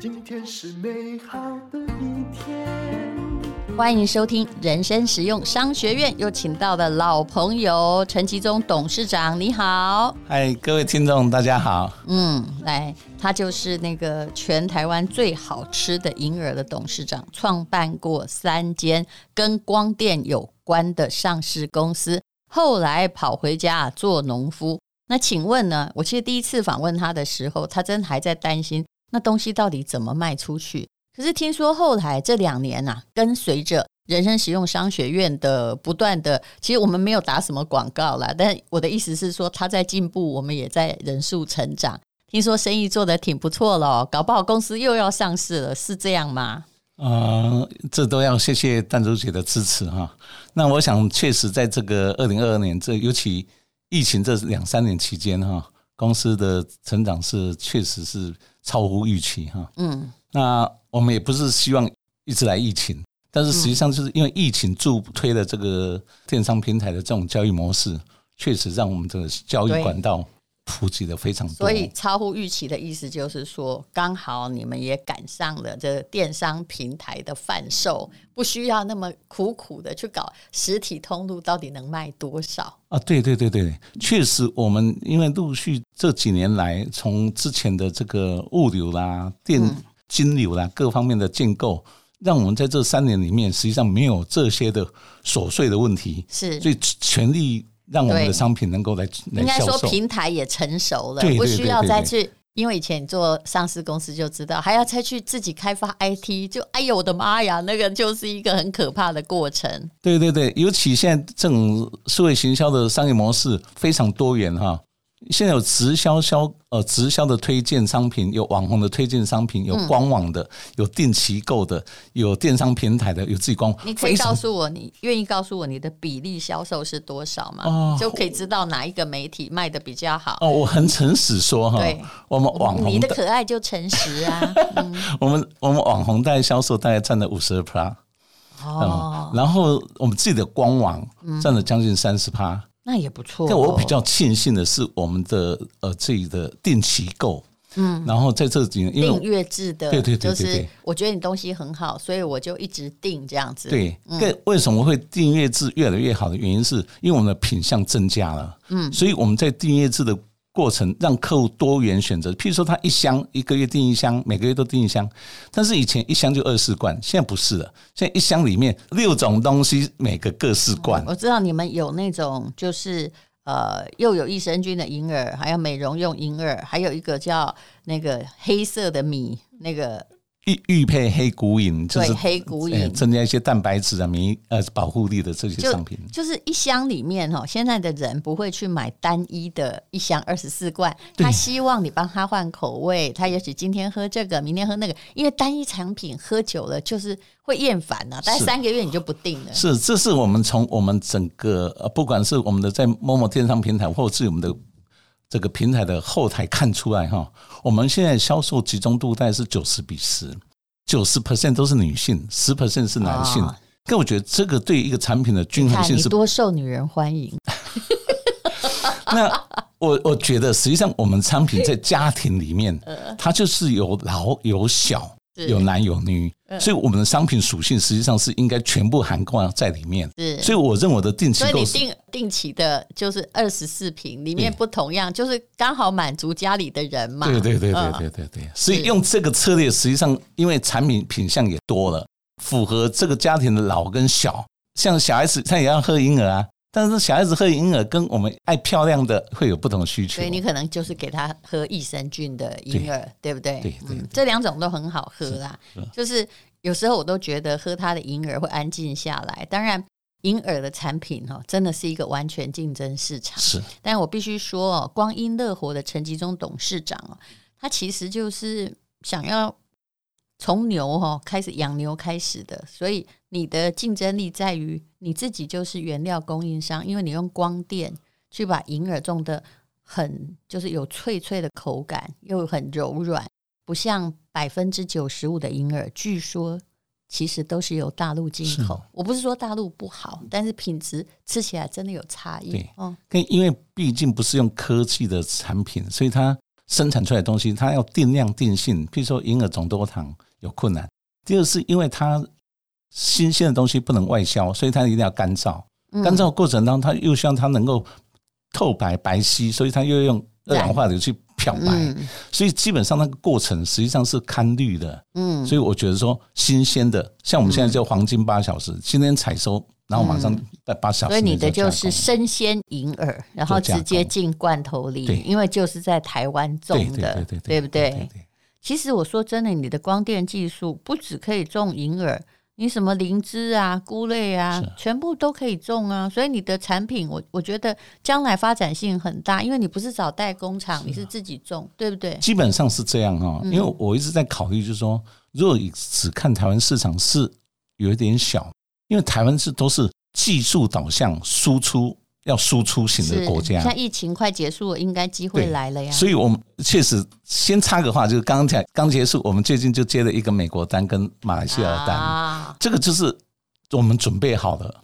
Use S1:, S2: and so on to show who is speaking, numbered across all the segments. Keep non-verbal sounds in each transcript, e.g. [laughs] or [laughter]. S1: 今天是美好的一天。
S2: 欢迎收听人生实用商学院，又请到的老朋友陈其中董事长，你好。
S3: 嗨，各位听众，大家好。
S2: 嗯，来，他就是那个全台湾最好吃的银耳的董事长，创办过三间跟光电有关的上市公司，后来跑回家做农夫。那请问呢？我其实第一次访问他的时候，他真还在担心那东西到底怎么卖出去。可是听说后来这两年啊，跟随着人生实用商学院的不断的，其实我们没有打什么广告啦，但我的意思是说，它在进步，我们也在人数成长。听说生意做得挺不错咯，搞不好公司又要上市了，是这样吗？
S3: 呃，这都要谢谢淡竹姐的支持哈。那我想，确实在这个二零二二年，这尤其疫情这两三年期间哈，公司的成长是确实是超乎预期哈。
S2: 嗯，
S3: 那我们也不是希望一直来疫情，但是实际上就是因为疫情助推了这个电商平台的这种交易模式，确实让我们的交易
S2: 对
S3: 管道普及的非常多。
S2: 所以超乎预期的意思就是说，刚好你们也赶上了这电商平台的贩售，不需要那么苦苦的去搞实体通路到底能卖多少。
S3: 啊，对对对对，确实，我们因为陆续这几年来，从之前的这个物流啦、电
S2: 嗯
S3: 金流啦各方面的建构，让我们在这三年里面，实际上没有这些的琐碎的问题，
S2: 是，
S3: 所以全力让我们
S2: 对
S3: 的商品能够来来
S2: 应该
S3: 销
S2: 说
S3: 售。
S2: 平台也成熟了，
S3: 对
S2: 不
S3: 对
S2: 需
S3: 对
S2: 要
S3: 对
S2: 再
S3: 对
S2: 去。因为以前做上市公司就知道，还要再去自己开发 IT，就哎呦我的妈呀，那个就是一个很可怕的过程。
S3: 对对对，尤其现在这种数位行销的商业模式非常多元哈。现在有直销销呃直销的推荐商品，有网红的推荐商品，
S2: 嗯
S3: 有官网的，有定期购的，有电商平台的，有自己官网。
S2: 你可以
S3: 非常
S2: 告诉我，你愿意告诉我你的比例销售是多少吗？
S3: 哦
S2: 就可以知道哪一个媒体卖的比较好。
S3: 哦，我很诚实说哈
S2: 对，
S3: 我们网
S2: 你
S3: 红
S2: 的
S3: 的
S2: 可爱就诚实啊！嗯、
S3: 我们我们网红代销售大概占了五十二趴， [laughs] 嗯
S2: 哦，，嗯
S3: 然后我们自己的官网占了将近三十趴。
S2: 那也不错、哦。
S3: 但我比较庆幸的是，我们的呃自己的定期购，嗯，然后在这几年，因为
S2: 订阅制的，
S3: 对对对对
S2: 就是
S3: 对
S2: 我觉得你东西很好，所以我就一直订这样子。
S3: 对，为为什么会订阅制越来越好的原因，是因为我们的品相增加了，嗯，所以我们在订阅制的过程，让客户多元选择。譬如说，他一箱一个月订一箱，每个月都订一箱，但是以前一箱就二十罐，现在不是了，现在一箱里面六种东西，每个各四罐。
S2: 我知道你们有那种就是呃，又有益生菌的银耳，还有美容用银耳，还有一个叫那个黑色的米，那个
S3: 玉玉配黑谷饮就
S2: 对
S3: 是
S2: 黑谷
S3: 呃
S2: 饮。
S3: 增加一些蛋白质啊、免疫呃保护力的这些
S2: 就
S3: 商品。
S2: 就是一箱里面哦，现在的人不会去买单一的一箱二十四罐，
S3: 对
S2: 他希望你帮他换口味，他也许今天喝这个，明天喝那个，因为单一产品喝久了就是会厌烦呐、啊，大概
S3: 是
S2: 三个月你就不定了。
S3: 是，这是我们从我们整个呃，不管是我们的在某某电商平台，或者是我们的这个平台的后台看出来哈，我们现在销售集中度大概是九十比十，九十 percent 都是女性，十 percent 是男性
S2: 啊。
S3: 但我觉得这个对一个产品的均衡
S2: 看
S3: 性
S2: 你
S3: 是，
S2: 多受女人欢迎，
S3: 那我我觉得实际上我们产品在家庭
S2: [laughs]
S3: 里面，它就是有老有小，
S2: 嗯是嗯
S3: 有男有女，所以我们的商品属性实际上是应该全部涵盖在里面。
S2: 是
S3: 所以我认为我的定期
S2: 所以
S3: 购
S2: 你
S3: 是
S2: 定定期的就是二十四瓶，里面不同样，就是刚好满足家里的人嘛。
S3: 对对对对
S2: 嗯
S3: 对对对，所
S2: 是
S3: 以用这个策略，实际上因为产品品相也多了，符合这个家庭的老跟小。像小孩子他也要喝银耳啊，但是小孩子喝银耳跟我们爱漂亮的会有不同的需求
S2: 所以。你可能就是给他喝益生菌的银耳，对不对？
S3: 对对
S2: 嗯，这两种都很好喝啦。就是有时候我都觉得喝它的银耳会安静下来。当然，银耳的产品哦，真的是一个完全竞争市场。
S3: 是
S2: 但我必须说哦，光阴乐活的陈吉忠董事长哦，他其实就是想要从牛哦开始养牛开始的，所以你的竞争力在于你自己就是原料供应商，因为你用光电去把银耳种的很就是有脆脆的口感，又很柔软，不像百分之九十五的银耳，据说。其实都是由大陆进
S3: 是
S2: 口，我不是说大陆不好，但是品质吃起来真的有差异
S3: 对。
S2: 哦，
S3: 跟因为毕竟不是用科技的产品，所以它生产出来的东西，它要定量定性，譬如说银耳总多糖有困难。第二是因为它新鲜的东西不能外销，所以它一定要干燥。
S2: 嗯
S3: 干燥过程当中，它又希望它能够透白白皙，所以它又用二氧化硫去漂白，
S2: 嗯
S3: 所以基本上那个过程实际上是堪虑的。
S2: 嗯，
S3: 所以我觉得说新鲜的，像我们现在就黄金八小时，今天采收，然后马上在八小
S2: 嗯
S3: 时
S2: 所以
S3: 内加工。
S2: 你的就是生鲜银耳，然后直接进罐头里
S3: 对，
S2: 因为就是在台湾种
S3: 对对
S2: 的，
S3: 对对
S2: 不
S3: 对
S2: 对？？其实我说真的，你的光电技术不只可以种银耳，你什么灵芝啊、菇类啊
S3: 是，
S2: 全部都可以种啊。所以你的产品我，我觉得将来发展性很大，因为你不是找代工厂，
S3: 啊
S2: 你是自己种，对不对？
S3: 基本上是这样啊
S2: 嗯
S3: 哈、因为我一直在考虑，就是说，如果只看台湾市场是有一点小，因为台湾是都是技术导向输出要输出型的国家，
S2: 像疫情快结束了，应该机会
S3: 对
S2: 来了呀。
S3: 所以我们确实先插个话，就是刚才刚结束，我们最近就接了一个美国单跟马来西亚的单，
S2: 啊，
S3: 这个就是我们准备好的。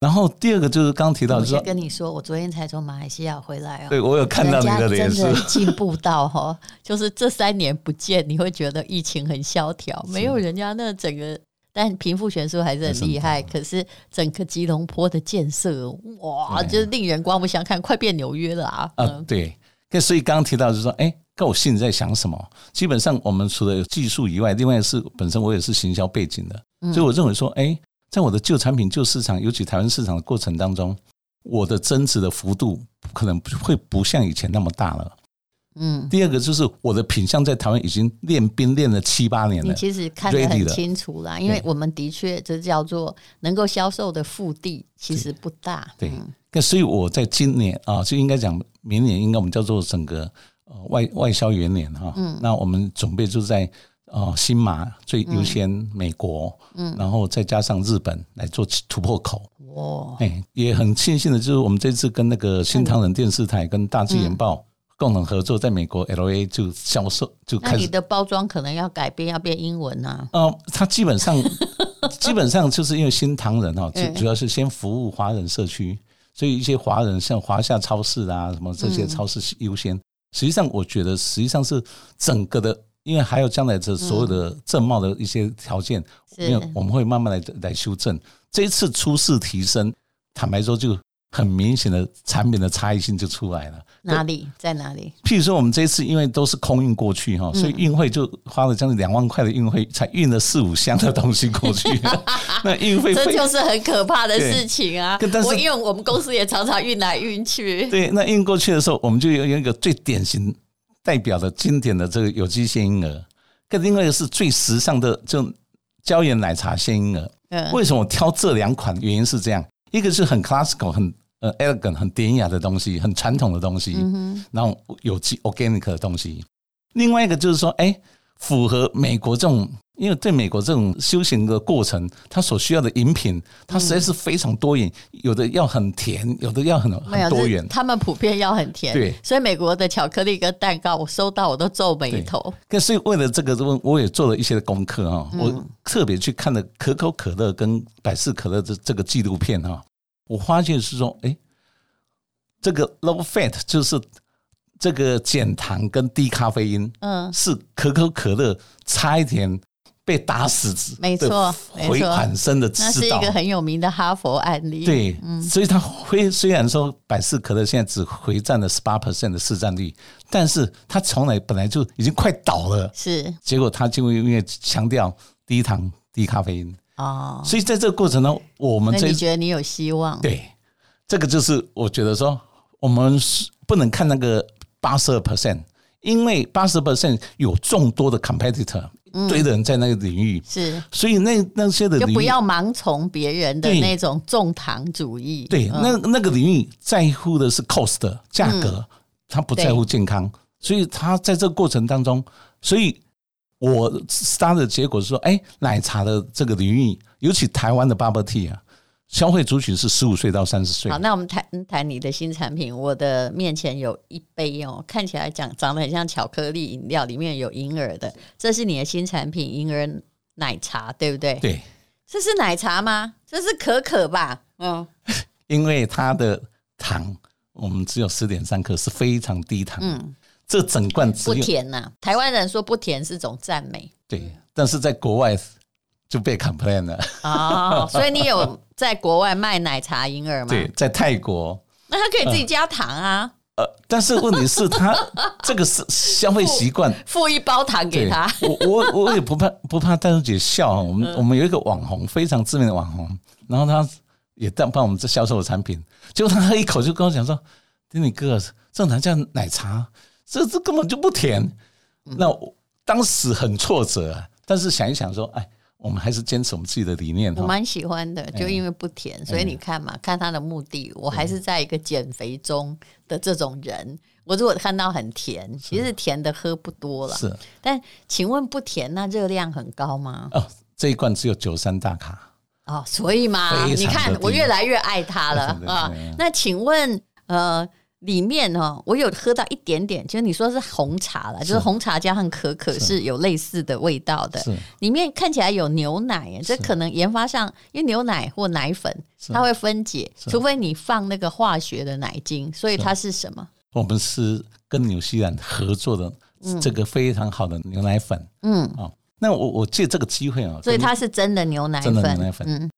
S3: 然后第二个就是刚提到，
S2: 我
S3: 就是说
S2: 先跟你说，我昨天才从马来西亚回来哦。
S3: 对我有看到你的
S2: 人家
S3: 脸是
S2: 真的进步到哈，
S3: [laughs]
S2: 就是这三年不见，你会觉得疫情很萧条，没有人家那整个。但贫富悬殊还是很厉害，可是整个吉隆坡的建设，哇，
S3: 对
S2: 就是令人刮目相看，快变纽约了啊！
S3: 哎啊，对。那所以刚刚提到就是说，哎，我心里在想什么？基本上我们除了有技术以外，另外是本身我也是行销背景的，
S2: 嗯
S3: 所以我认为说，哎，在我的旧产品、旧市场，尤其台湾市场的过程当中，我的增值的幅度可能会不像以前那么大了。
S2: 嗯，
S3: 第二个就是我的品相在台湾已经练兵练了七八年
S2: 你
S3: 了，
S2: 其实看得
S3: ready
S2: 很
S3: 了
S2: 清楚啦，因为我们的确这叫做能够销售的腹地其实不大，
S3: 对
S2: 嗯，
S3: 那所以我在今年啊，就应该讲明年，应该我们叫做整个呃外外销元年哈、嗯，那我们准备就在呃新马最优先美国，嗯，然后再加上日本来做突破口。
S2: 哇，
S3: 哎、也很庆幸的就是我们这次跟那个新唐人电视台跟大纪研报共同合作，在美国 L A 就销售就
S2: 那
S3: 开
S2: 你
S3: 始。
S2: 的包装可能要改变，要变英文啊，
S3: 呃，它基本上基本上就是因为新唐人哦哈，主
S2: 嗯
S3: 主要是先服务华人社区，所以一些华人像华夏超市啊什么这些超市优先。实际上，我觉得实际上是整个的，因为还有将来的所有的正贸的一些条件，
S2: 是
S3: 因为我们会慢慢来来修正。这一次初试提升，坦白说就很明显的产品的差异性就出来了。
S2: 哪里在哪里？
S3: 譬如说，我们这一次因为都是空运过去哈，所以运费就花了将近两万块的运费，才运了四五箱的东西过去。那运费
S2: 这
S3: 费
S2: 就是很可怕的
S3: 对
S2: 事情啊
S3: 但！是
S2: 我因为我们公司也常常运来运去，
S3: 对，那运过去的时候，我们就有有一个最典型代表的经典的这个有机鲜婴儿，跟另外一个是最时尚的就椒盐奶茶鲜婴儿。
S2: 嗯，
S3: 为什么我挑这两款？原因是这样，一个是很 classical 很。呃，elegant 很典雅的东西，很传统的东西，
S2: 嗯
S3: 然后有机 organic 的东西，另外一个就是说，哎，符合美国这种，因为对美国这种修行的过程，它所需要的饮品，它实在是非常多元，有的要很甜，有的要很
S2: 没有
S3: 很多元
S2: 是。他们普遍要很甜，
S3: 对
S2: 所以美国的巧克力跟蛋糕，我收到我都皱眉头。
S3: 可是为了这个，我我也做了一些功课哈、
S2: 嗯
S3: 我特别去看了可口可乐跟百事可乐这这个纪录片哈、我发现是说，哎，这个 low fat 就是这个减糖跟低咖啡因，
S2: 嗯，
S3: 是可口可乐差一点被打死，
S2: 没错没
S3: 回
S2: 错
S3: 款生的
S2: 那是
S3: 吃
S2: 一
S3: 到
S2: 个。很嗯有名的哈佛案例。，
S3: 对，所以它回虽然说百事可乐现在只回占了十八 percent 的市占率，但是它从来本来就已经快倒了，
S2: 是
S3: 结果它就因为强调低糖、低咖啡因，
S2: 哦。
S3: 所以在这个过程中，我们
S2: 那
S3: 这
S2: 你觉得你有希望？
S3: 对这个就是我觉得说，我们是不能看那个八十二 percent，因为八十 percent 有众多的 competitor 堆的人在那个领域，
S2: 是
S3: 所以那那些的
S2: 嗯就
S3: 领域
S2: 不要盲从别人的
S3: 对
S2: 那种重糖主义。
S3: 对，
S2: 嗯
S3: 那那个领域在乎的是 cost 价格，
S2: 嗯
S3: 他不在乎健康，所以他在这个过程当中，所以我 star 的结果是说，哎，奶茶的这个领域，尤其台湾的 bubble tea 啊，消费族群是十五岁到三十岁
S2: 好，，那我们谈谈你的新产品。我的面前有一杯哦，看起来长长得很像巧克力饮料，里面有银耳的。这是你的新产品——银耳奶茶，对不对？
S3: 对，
S2: 这是奶茶吗？这是可可吧？嗯，
S3: 因为它的糖我们只有十点三克，是非常低糖，
S2: 嗯
S3: 这整罐只
S2: 不
S3: 有
S2: 甜呐、台湾人说不甜是种赞美
S3: 对，但是在国外就被 complain 了。
S2: 哦，所以你有在国外卖奶茶银耳吗？
S3: 对，在泰国，
S2: 那他可以自己加糖啊，
S3: 呃，但是问题是
S2: [laughs]
S3: 他这个是消费习惯。
S2: 付一包糖给
S3: 对
S2: 他。，嗯
S3: 我我我也
S2: [laughs]
S3: 不怕不怕戴茹姐笑啊。我们我们有一个网红，非常知名的网红，然后他也在帮我们这销售我产品，结果他喝一口就跟我讲说：“经理哥，这哪叫奶茶？这这根本就不甜。”
S2: 嗯
S3: 那我当时很挫折啊，但是想一想说，哎，我们还是坚持我们自己的理念
S2: 我
S3: 哈。哎
S2: 蛮喜欢的，就因为不甜，所以你看嘛，看他的目的，我还是在一个减肥中的这种人。我如果看到很甜，其实甜的喝不多了，
S3: 是
S2: 但请问不甜，那热量很高吗？
S3: 哦，这一罐只有九三大卡。
S2: 哦，所以嘛，
S3: 非常
S2: 你看
S3: 的低
S2: 我越来越爱它了
S3: 非常的
S2: 啊
S3: [laughs] 对啊。
S2: 那请问呃，里面哦，我有喝到一点点，就是你说是红茶了，就是红茶加上可可是有类似的味道的
S3: 是。
S2: 里面看起来有牛奶耶，这可能研发上，因为牛奶或奶粉它会分解，除非你放那个化学的奶精，所以它是什么？
S3: 我们是跟纽西兰合作的
S2: 嗯
S3: 这个非常好的牛奶粉，嗯，哦，那我我借这个机会啊，
S2: 所以
S3: 跟
S2: 它是真的牛奶
S3: 真的牛
S2: 粉。
S3: 奶粉，嗯，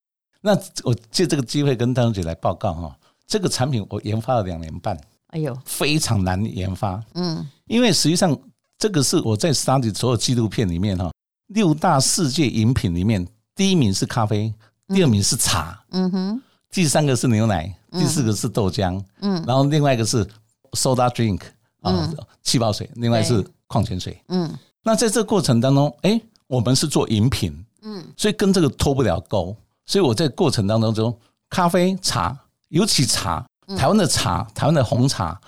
S3: 那我借这个机会跟戴茹姐来报告哈、这个产品我研发了两年半，
S2: 哎呦，
S3: 非常难研发，
S2: 嗯，
S3: 因为实际上这个是我在 study 所有纪录片里面哈、六大世界饮品里面，第一名是咖啡，第二名是茶，
S2: 嗯哼，
S3: 第三个是牛奶，
S2: 嗯
S3: 第四个是豆浆，嗯，然后另外一个是 soda drink 啊，气泡水，另外是矿泉水，
S2: 嗯，
S3: 那在这过程当中，哎，我们是做饮品，嗯，所以跟这个脱不了钩，所以我在过程当中中，咖啡、茶，尤其茶，
S2: 嗯
S3: 台湾的茶，台湾的红茶，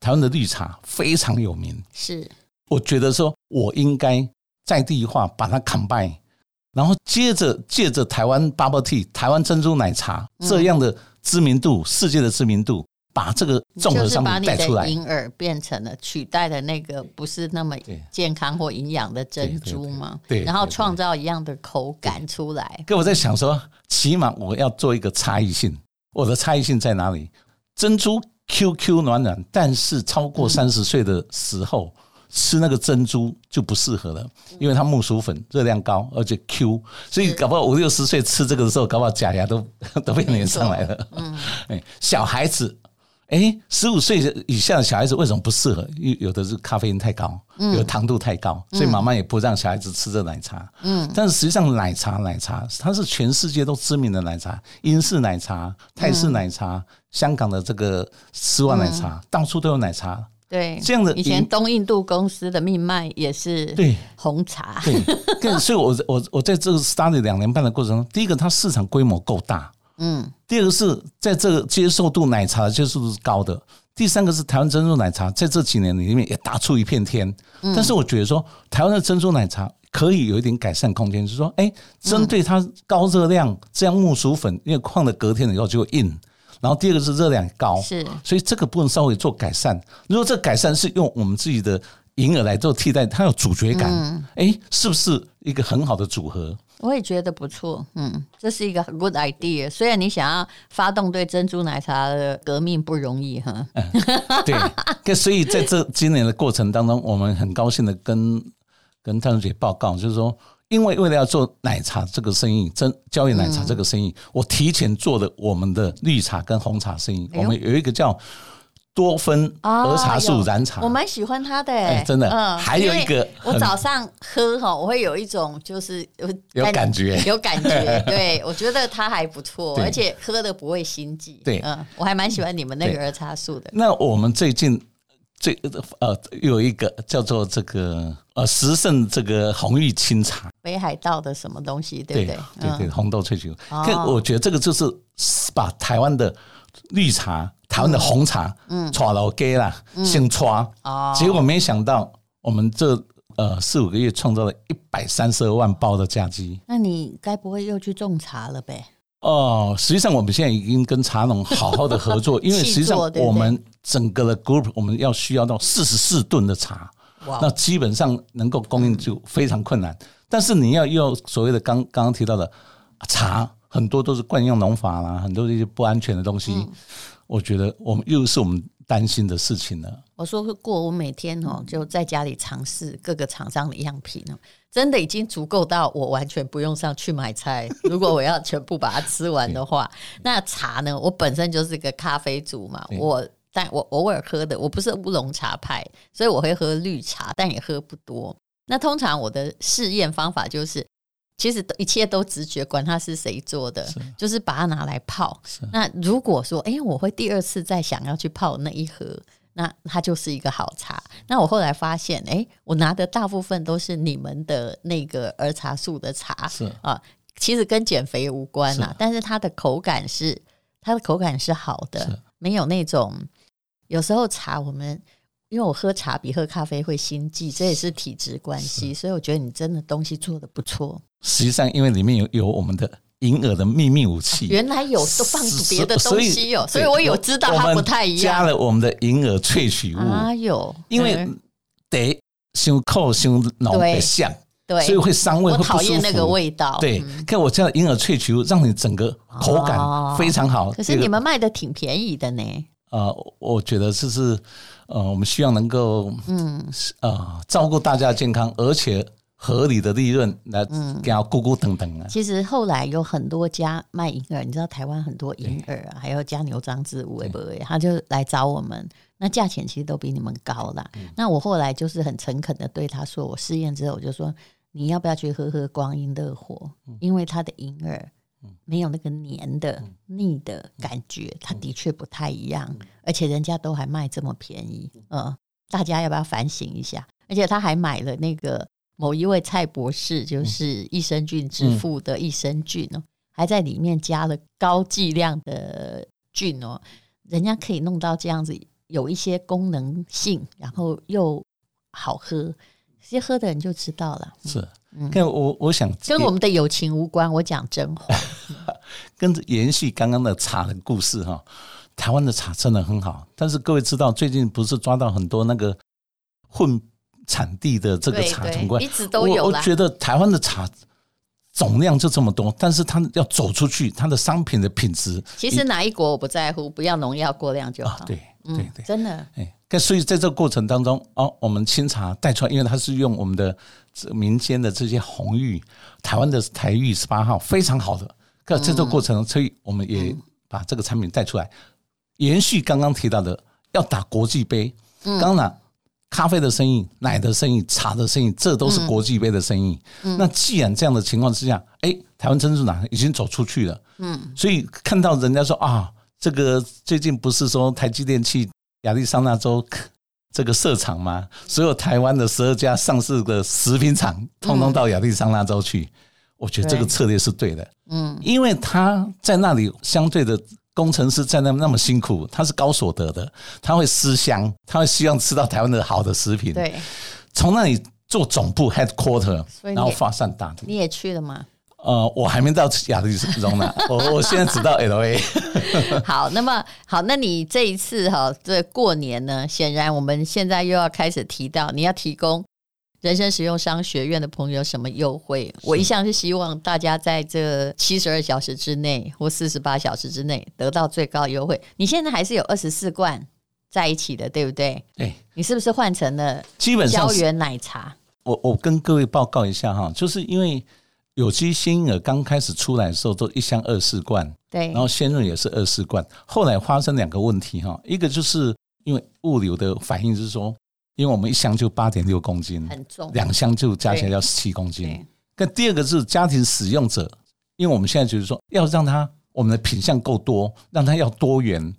S3: 台湾的绿茶非常有名，
S2: 是
S3: 我觉得说我应该在地化把它 combine，然后接着借着台湾 bubble tea、台湾珍珠奶茶
S2: 嗯
S3: 这样的知名度、世界的知名度，把这个综合
S2: 就是
S3: 商
S2: 把
S3: 品
S2: 你
S3: 带出
S2: 的
S3: 来。
S2: 银耳变成了取代的那个不是那么
S3: 对
S2: 健康或营养的珍珠嘛，
S3: 对对对对
S2: 然后创造一样的口感出来。
S3: 跟我在想说，起码我要做一个差异性，我的差异性在哪里？珍珠 QQ 暖暖，但是超过三十岁的时候、吃那个珍珠就不适合了，因为它木薯粉热量高，而且 Q，所以搞不好五六十岁吃这个的时候，搞不好假牙都 [laughs] 都被粘上来了。嗯， [laughs] 哎，小孩子。哎，十五岁以下的小孩子为什么不适合？有有的是咖啡因太高，有的糖度太高，所以妈妈也不让小孩子吃这奶茶。嗯，但是实际上奶茶奶茶它是全世界都知名的奶茶，英式奶茶、泰式奶茶、香港的这个丝袜奶茶，到处都有奶茶。
S2: 对，
S3: 这样的
S2: 以前
S3: 饮
S2: 东印度公司的命脉也是
S3: 对
S2: 红茶，
S3: 对，更所以我我我在这个 study 两年半的过程中，第一个它市场规模够大，
S2: 嗯，
S3: 第二个是在这个接受度奶茶的接受度是高的，第三个是台湾珍珠奶茶在这几年里面也打出一片天。
S2: 嗯
S3: 但是我觉得说，台湾的珍珠奶茶可以有一点改善空间，就是说，哎，针对它高热量这样木薯粉，因为矿的隔天以后就会硬。然后第二个是热量高，
S2: 是
S3: 所以这个部分稍微做改善。如果这改善是用我们自己的银耳来做替代，它有主角感，
S2: 嗯
S3: 哎、是不是一个很好的组合？
S2: 我也觉得不错，嗯，这是一个 good idea。虽然你想要发动对珍珠奶茶的革命不容易哈，
S3: 啊对，所以在这今年的过程当中，我们很高兴的跟跟探姐报告，就是说，因为为了要做奶茶这个生意，真交易奶茶这个生意，
S2: 嗯
S3: 我提前做了我们的绿茶跟红茶生意，
S2: 哎呦哦
S3: 我们有一个叫多酚儿茶素染茶，
S2: 我蛮喜欢它的、嗯
S3: 哎真的还有一个
S2: 因为我
S3: 很
S2: 早上喝哈，我会有一种就是有
S3: 有感
S2: [laughs]
S3: 觉
S2: 有感
S3: [laughs]
S2: 觉。对，我觉得它还不错，
S3: 对
S2: 而且喝的不会心悸。
S3: 对
S2: 嗯，我还蛮喜欢你们那个
S3: 对
S2: 儿茶素的。
S3: 那我们最近最呃有一个叫做这个呃时盛这个红玉清茶，
S2: 北海道的什么东西，对不对？
S3: 对对，红豆萃取。
S2: 哦
S3: 可我觉得这个就是把台湾的绿茶、台湾的红茶，嗯，炒老给啦，先抓。
S2: 嗯哦
S3: 结果没想到，我们这呃四五个月创造了一百三十二万包的价值。
S2: 那你该不会又去种茶了呗？
S3: 哦，实际上我们现在已经跟茶农好好的
S2: [laughs]
S3: 合作，因为实际上
S2: 气作对不对
S3: 我们整个的 group 我们要需要到四十四吨的茶，
S2: 哇
S3: 那基本上能够供应就非常困难。但是你要用所谓的刚刚刚提到的茶，
S2: 嗯
S3: 很多都是惯用农法啦，很多这些不安全的东西。我觉得我们又是我们担心的事情了。
S2: 我说过，我每天哦就在家里尝试各个厂商的样品哦，真的已经足够到我完全不用上去买菜。如果我要全部把它吃完的话，那茶呢？我本身就是个咖啡族嘛，
S3: 对
S2: 我但我偶尔喝的，我不是乌龙茶派，所以我会喝绿茶，但也喝不多。那通常我的试验方法就是，其实都一切都直觉，管它是谁做的，
S3: 是
S2: 就是把它拿来泡
S3: 是。
S2: 那如果说，哎、我会第二次再想要去泡那一盒，那它就是一个好茶。那我后来发现，哎、我拿的大部分都是你们的那个儿茶素的茶，
S3: 是
S2: 啊，其实跟减肥无关啦、
S3: 是
S2: 但是它的口感是它的口感是好
S3: 是
S2: 的，没有那种有时候茶我们。因为我喝茶比喝咖啡会心悸，这也是体质关系，所以我觉得你真的东西做的不错。
S3: 实际上，因为里面有有我们的银耳的秘密武器，
S2: 啊原来有都放别的东西哦，所以我有知道它不太一
S3: 加
S2: 样。
S3: 了我们的银耳萃取物，
S2: 啊，有，
S3: 因为
S2: 嗯
S3: 得先扣先脑
S2: 对
S3: 的像，
S2: 对，
S3: 所以会伤胃，
S2: 我
S3: 会不舒服。
S2: 讨厌那个味道。
S3: 对
S2: 嗯，
S3: 看我加了银耳萃取物，让你整个口感
S2: 哦
S3: 非常好。
S2: 可
S3: 这
S2: 是
S3: 个
S2: 你们卖的挺便宜的呢。
S3: 呃，我觉得这是呃，我们希望能够嗯呃照顾大家的健康，而且合理的利润来给它咕咕等等啊。
S2: 其实后来有很多家卖银耳，你知道台湾很多银耳啊，还有加牛樟芝、五味不味，他就来找我们。那价钱其实都比你们高啦。那我后来就是很诚恳的对他说，我试验之后我就说，你要不要去喝喝光阴乐活？因为它的银耳没有那个黏的、腻的感觉，它的确不太一样，而且人家都还卖这么便宜，嗯，大家要不要反省一下？而且他还买了那个某一位蔡博士，就是益生菌之父的益生菌哦，还在里面加了高剂量的菌哦，人家可以弄到这样子，有一些功能性，然后又好喝，直接喝的人就知道了。
S3: 是，看我我想
S2: 跟嗯我们的友情无关，我讲真话。
S3: 跟着延续刚刚的茶的故事哈，台湾的茶真的很好，但是各位知道最近不是抓到很多那个混产地的这个
S2: [laughs] 对
S3: 茶
S2: 对
S3: 种怪，
S2: 一直都有
S3: 我我
S2: 啦
S3: 觉得台湾的茶总量就这么多，但是它要走出去，它的商品的品质
S2: 其实哪一国我不在乎，不要农药过量就
S3: 啊
S2: 好。，嗯
S3: 对对对，
S2: 真的
S3: 哎，那所以在这个过程当中，哦，我们清茶带出来，因为它是用我们的这民间的这些红玉，台湾的台玉十八号非常好的。可在这个过程，所以我们也把这个产品带出来，延续刚刚提到的，要打国际杯。当然，咖啡的生意、奶的生意、茶的生意，这都是国际杯的生意。那既然这样的情况之下，哎，台湾珍珠奶已经走出去了。嗯，所以看到人家说啊，这个最近不是说台积电去亚利桑那州这个设厂吗？所有台湾的十二家上市的食品厂，通通到亚利桑那州去。我觉得这个
S2: 对
S3: 策略是对的，嗯，因为他在那里相对的工程师在那那么辛苦，他是高所得的，他会思乡，他会希望吃到台湾的好的食品，，
S2: 对，
S3: 从那里做总部 headquarter，
S2: 所以你
S3: 然后发散大地。
S2: 你也去了吗？
S3: 呃，我还没到亚利桑
S2: [laughs]
S3: 那，我我现在只到 L A。
S2: 好，那么好，那你这一次哈、这过年呢，显然我们现在又要开始提到你要提供人生实用商学院的朋友什么优惠？我一向是希望大家在这七十二小时之内或四十八小时之内得到最高优惠。你现在还是有二十四罐在一起的，对不对？
S3: 对，
S2: 你是不是换成了
S3: 哎基本上
S2: 胶
S3: 是
S2: 原奶茶？
S3: 我我跟各位报告一下哈，就是因为有机新婴儿刚开始出来的时候都一箱二四罐，
S2: 对
S3: 然，后鲜润也是二四罐，后来发生两个问题哈，一个就是因为物流的反应就是说，因为我们一箱就八点六公斤，
S2: 很重。
S3: 两箱就加起来要十七公斤
S2: 对。
S3: 那第二个是家庭使用者，因为我们现在就是说要让它我们的品相够多，让它要多元，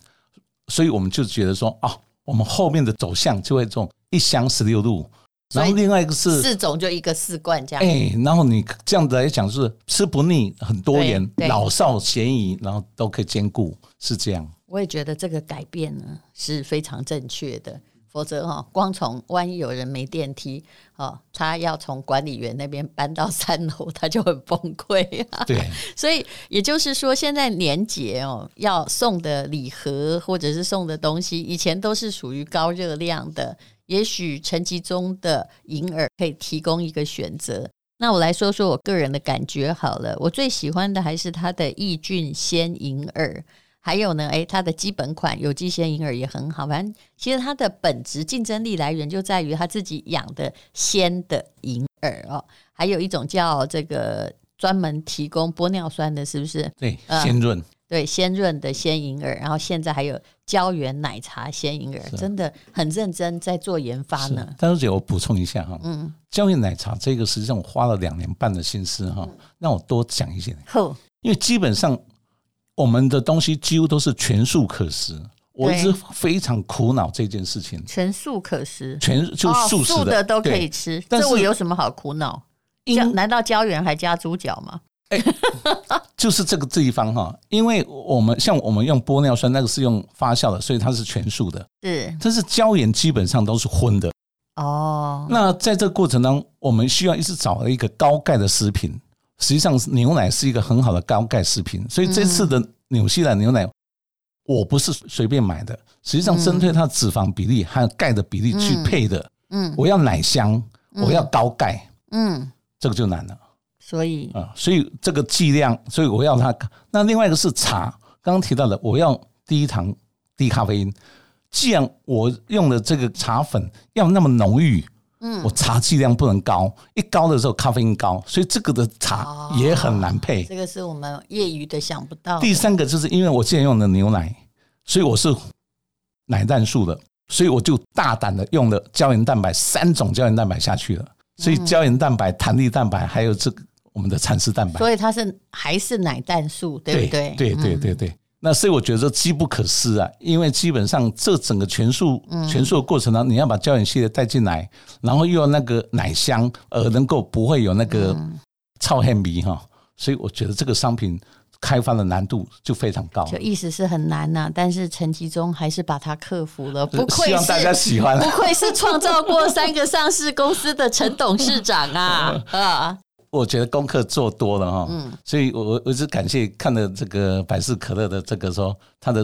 S3: 所以我们就觉得说啊，我们后面的走向就会这种一箱十六路。
S2: 所以
S3: 然后另外一个是
S2: 四种就一个四罐这样，
S3: 哎，然后你这样子来讲是吃不腻，很多元，
S2: 对对
S3: 老少咸宜，然后都可以兼顾，是这
S2: [laughs]
S3: 样。
S2: 我也觉得这个改变呢是非常正确的，否则哈、光从万一有人没电梯哦，他要从管理员那边搬到三楼，他就很崩溃、啊。
S3: 对，
S2: 所以也就是说，现在年节哦，要送的礼盒或者是送的东西，以前都是属于高热量的。也许陈吉中的银耳可以提供一个选择。那我来说说我个人的感觉好了，我最喜欢的还是它的益菌鲜银耳，还有呢，诶，它的基本款有机鲜银耳也很好。反正其实它的本质竞争力来源就在于它自己养的鲜的银耳哦。还有一种叫这个专门提供玻尿酸的，是不是？
S3: 对，
S2: 嗯
S3: 鲜润。
S2: 对，鲜润的鲜银耳，然后现在还有胶原奶茶鲜银耳，
S3: 是啊
S2: 真的很认真在做研发
S3: 是
S2: 呢。
S3: 但是姐，我补充一下哈，嗯，胶原奶茶这个实际上我花了两年半的心思哈，让我多讲一些，
S2: 后
S3: 因为基本上我们的东西几乎都是全素可食，我一直非常苦恼这件事情，
S2: 全素可食，
S3: 全就
S2: 哦
S3: 素食
S2: 素的都可
S3: 对
S2: 以吃，
S3: 但
S2: 这我
S3: 是
S2: 有什么好苦恼？
S3: 因
S2: 胶难道胶原还加猪脚吗？
S3: 就是这个地方哈，因为我们像我们用玻尿酸那个是用发酵的，所以它是全素的，
S2: 是
S3: 但是胶原基本上都是荤的。
S2: 哦，
S3: 那在这个过程当中，我们需要一直找一个高钙的食品。实际上，牛奶是一个很好的高钙食品，所以这次的纽西兰牛奶，我不是随便买的。实际上，针对它的脂肪比例还有钙的比例去配的。
S2: 嗯
S3: 我要奶香，我要高钙，
S2: 嗯，
S3: 这个就难了
S2: 所以
S3: 啊、所以这个剂量，所以我要它。那另外一个是茶，刚刚提到的，我要低糖、低咖啡因。既然我用的这个茶粉要那么浓郁，嗯，我茶剂量不能高，一高的时候咖啡因高，所以这个的茶也很难配。
S2: 这个是我们业余的想不到的。
S3: 第三个就是因为我之前用的牛奶，所以我是奶蛋素的，所以我就大胆的用了胶原蛋白三种胶原蛋白下去了，所以胶原蛋白、弹力蛋白还有这个我们的蚕丝蛋白。
S2: 所以它是还是奶蛋素，对不对？嗯
S3: 对对对对。那所以我觉得机不可失啊，因为基本上这整个全素
S2: 嗯
S3: 全素的过程当中，你要把胶原系列带进来，然后又要那个奶香，而能够不会有那个
S2: 嗯
S3: 臭黑米哈，所以我觉得这个商品开发的难度就非常高。
S2: 就意思是很难呐、但是陈其中还是把它克服了，不愧
S3: 希望
S2: 是
S3: 大家喜欢
S2: [laughs] 不愧是创造过三个上市公司的陈董事长
S3: [laughs]
S2: 啊啊！
S3: 我觉得功课做多了哈，
S2: 嗯
S3: 所以我我我是感谢看了这个百事可乐的这个说它的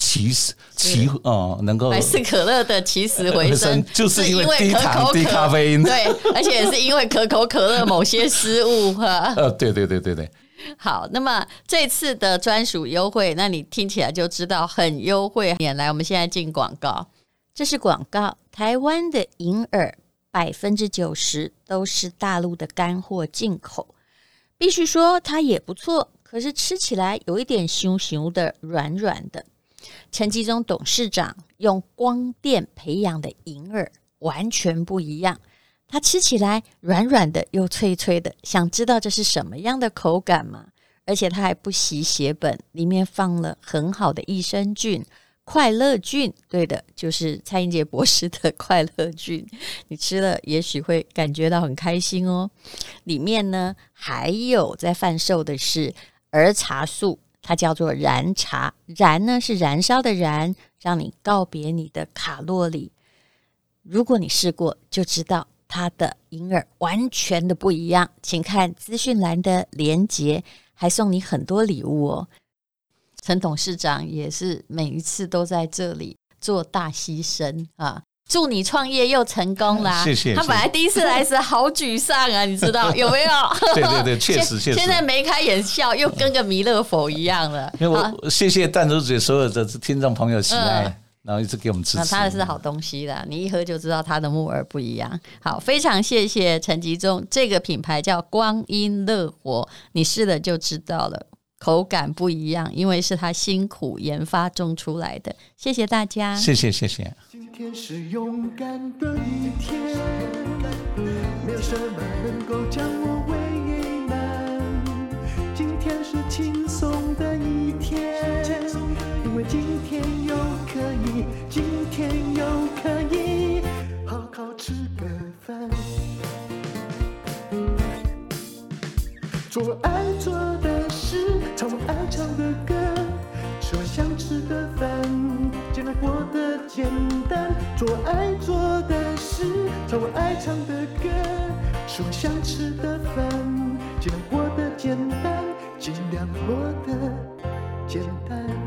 S3: 奇奇哦、能够
S2: 百事可乐的起死回
S3: 回
S2: 生
S3: 生，呃就是因为低
S2: 可
S3: 糖
S2: 口可
S3: 低咖啡因
S2: 对，而且是因为可口可乐某些失误哈。
S3: 呃对对对对对，
S2: 好，那么这次的专属优惠，那你听起来就知道很优惠。来，我们现在进广告，这是广告。台湾的银耳百分之九十都是大陆的干货进口，必须说它也不错，可是吃起来有一点熊熊的、软软的。陈吉中董事长用光电培养的银耳完全不一样。它吃起来软软的又脆脆的，想知道这是什么样的口感吗？而且它还不惜血本，里面放了很好的益生菌。快乐菌，对的，就是蔡英杰博士的 [laughs] 快乐菌。你吃了，也许会感觉到很开心哦。里面呢，还有在贩售的是儿茶素，它叫做燃茶。燃呢是燃烧的燃，让你告别你的卡路里。如果你试过，就知道它的银耳完全的不一样。请看资讯栏的连结，还送你很多礼物哦。陈董事长也是每一次都在这里做大牺牲啊！祝你创业又成功啦！
S3: [laughs] 谢谢
S2: 他
S3: 谢谢
S2: 本来第一次来时好沮丧啊，你知
S3: [laughs]
S2: 道有没有？
S3: 对对
S2: [laughs]
S3: 对，确实确
S2: 现
S3: 实。
S2: 现在眉开眼笑，又跟个弥勒佛一样了。
S3: 因为
S2: 啊
S3: 我我谢谢淡如姐所有的听众朋友喜爱，
S2: 嗯
S3: 然后一直给我们支
S2: 那
S3: 持。
S2: 它是好东西啦，你一喝就知道它的木耳不一样。好，非常谢谢陈吉仲，这个品牌叫光阴乐活，你试了就知道了，口感不一样，因为是他辛苦研发种出来的。谢谢大家，
S3: 谢谢谢谢。
S1: 今天是勇敢的一天，没有什么能够将我为难。今天是轻松的一天，因为今天又可以，今天又可以好好吃个饭，做我爱做的事，唱我爱唱的歌。吃我想吃的饭，尽量过得简单，做我爱做的事，唱我爱唱的歌，吃我想吃的饭，尽量过得简单，尽量过得简单。